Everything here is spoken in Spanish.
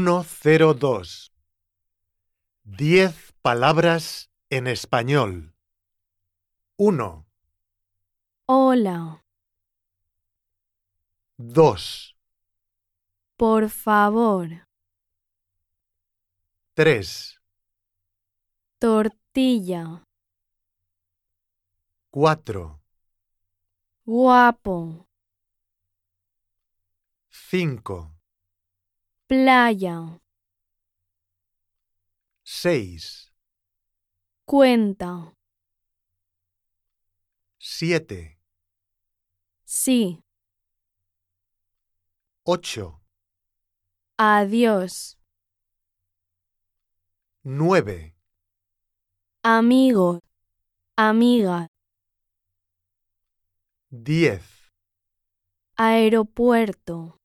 102. 10 palabras en español. 1, Hola, 2, por favor, 3, tortilla, 4, guapo, 5, playa, 6, cuenta, 7, sí, 8, adiós, 9, amigo, amiga, 10. aeropuerto.